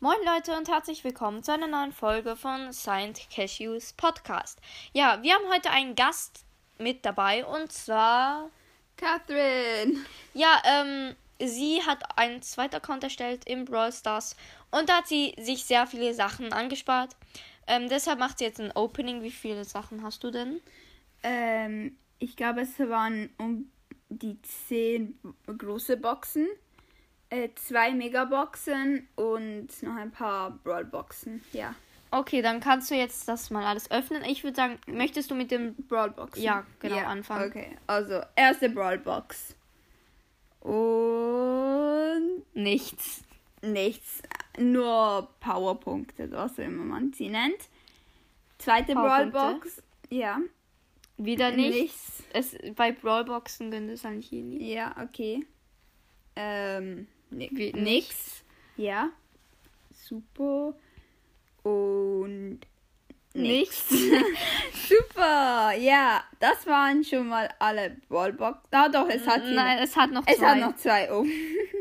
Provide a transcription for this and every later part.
Moin Leute und herzlich willkommen zu einer neuen Folge von Saint Cashews Podcast. Ja, wir haben heute einen Gast mit dabei und zwar, Catherine. ja, ähm, sie hat einen zweiten Account erstellt im Brawl Stars und da hat sie sich sehr viele Sachen angespart. Ähm, deshalb macht sie jetzt ein Opening. Wie viele Sachen hast du denn? Ähm, ich glaube, es waren um die zehn große Boxen, äh, zwei Megaboxen und noch ein paar Brawlboxen. Ja, Okay, dann kannst du jetzt das mal alles öffnen. Ich würde sagen, möchtest du mit dem. Brawlboxen. Ja, genau, anfangen. Okay, also erste Brawlbox. Und Nichts. nichts, nur Powerpunkte, oder was auch immer man sie nennt. Zweite Powerpunkte? Brawlbox. Ja, Wieder nichts. nichts. Es, bei Brawlboxen gönnt es halt eigentlich nie. Ja, okay. Ähm, ni- Wie- nix. Ja. Super. Und nichts. Super. Ja, das waren schon mal alle Wallbox. Ah, doch, es hat sie Mhm, Nein, noch- es hat noch es zwei. hat noch zwei oben.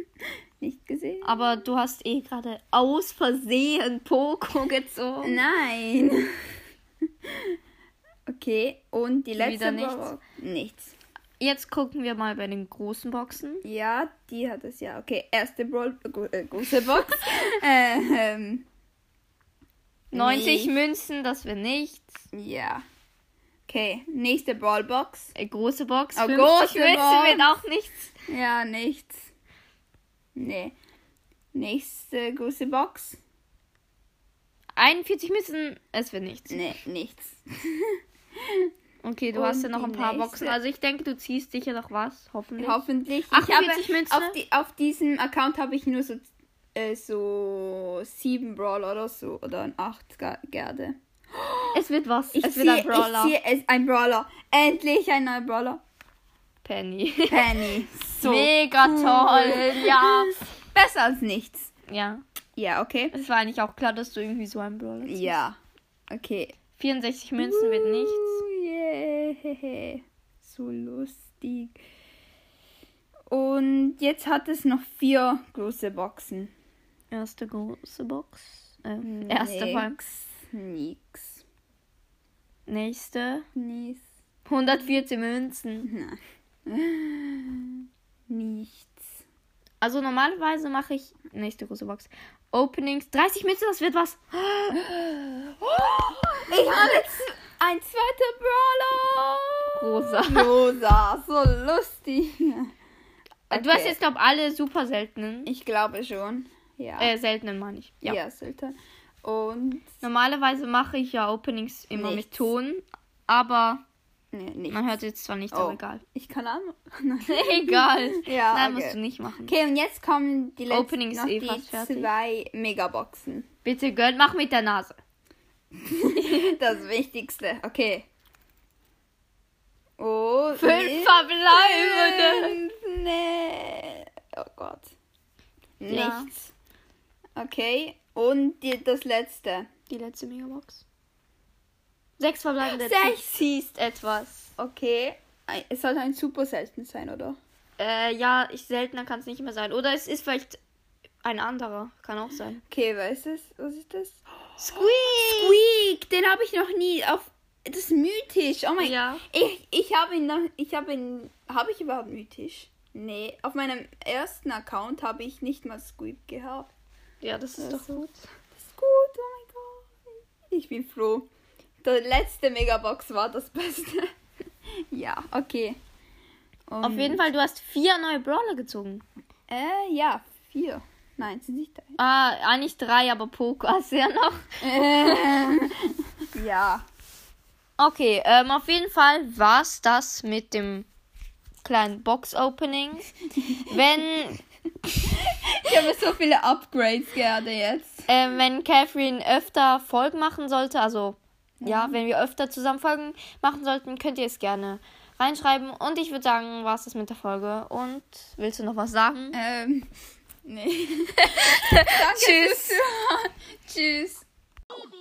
Nicht gesehen? Aber du hast eh gerade aus Versehen Poco gezogen. Nein. okay, und die letzte Wieder nichts. Wallbox. Nichts. Jetzt gucken wir mal bei den großen Boxen. Ja, die hat es ja. Okay, erste Brawl gro äh, große Box. äh, ähm, 90 Nee. Münzen, das wäre nichts. ja. Okay, nächste Brawlbox. Äh, große Box, Oh, 50 große Münzen Box. wird auch nichts. Ja, nichts. Nee. Nächste große Box. 41 Münzen, es wird nichts. Nee, nichts. Okay, du Und hast ja noch die ein paar nächste. Boxen. Also ich denke, du ziehst sicher noch was, hoffentlich. Hoffentlich. 48 ich habe Münzen? auf, die, auf diesem Account habe ich nur so, äh, so sieben Brawler oder so. Oder ein acht ge- gerade. es wird was. Ich es sehe, wird ein Brawler. Ich sehe es, ein Brawler. Endlich ein neuer Brawler. Penny. Penny. So Mega cool. toll. Ja. Besser als nichts. Ja. Ja, okay. Es war eigentlich auch klar, dass du irgendwie so einen Brawler ziehst. Ja. Okay. 64 Münzen wird nichts. Uh, yeah. So lustig. Und jetzt hat es noch vier große Boxen. Erste große Box. Äh, erste Box. Nix. Nächste. Nix. 114 Münzen. Nein. Nichts. Also normalerweise mache ich. Nächste große Box. Openings. 30 Münzen, das wird was. Ich habe jetzt ein zweiter Rosa. Brawler. Rosa, so lustig. Du hast Okay. jetzt, glaube alle super seltenen. Ich glaube schon. Ja. Äh, seltenen meine ich. Ja. ja. Sultan. Und Normalerweise mache ich ja Openings immer mit Nichts. Ton. Aber nee, nichts. man hört jetzt zwar nichts, Oh. aber egal. Ich kann Ahnung. Nein. egal. Ja, Nein, okay. musst du nicht machen. Okay, und jetzt kommen die letzten Opening ist noch eh die fast fertig. zwei Megaboxen. Bitte, Girl, mach mit der Nase. Das Wichtigste. Okay. Oh, Fünf verbleibende. Fünf. Nee. Oh Gott. Ja. Nichts. Okay, und die, das letzte. Die letzte Megabox. Sechs verbleibende. Sechs. Du siehst etwas. Okay. Ein- Es sollte ein super selten sein, oder? Äh, ja, ich seltener kann es nicht mehr sein. Oder es ist vielleicht ein anderer. Kann auch sein. Okay, weißt du, was ist das? Squeak! Squeak, den habe ich noch nie auf. Das ist mythisch. Oh mein Ja. Ich, ich habe ihn noch. Ich habe ihn. Habe ich überhaupt mythisch? Nee, auf meinem ersten Account habe ich nicht mal Squeak gehabt. Ja, das ist doch gut. Das ist gut, oh mein Gott. Ich bin froh. Der letzte Megabox war das Beste. ja, okay. Um, Und, Auf jeden Fall, du hast vier neue Brawler gezogen. Äh, ja, vier. Nein, sind nicht drei. Ah, eigentlich drei, aber Poco hast du ja noch. Ähm, ja. Okay, ähm, auf jeden Fall war's das mit dem kleinen Box-Opening. Wenn Ich habe so viele Upgrades gerade jetzt. Ähm, wenn Catherine öfter Folgen machen sollte, also ja, wenn wir öfter zusammen Folgen machen sollten, könnt ihr es gerne reinschreiben. Und ich würde sagen, war es das mit der Folge. Und willst du noch was sagen? Ähm, nee. Danke fürs Zuhören. Tschüss. Baby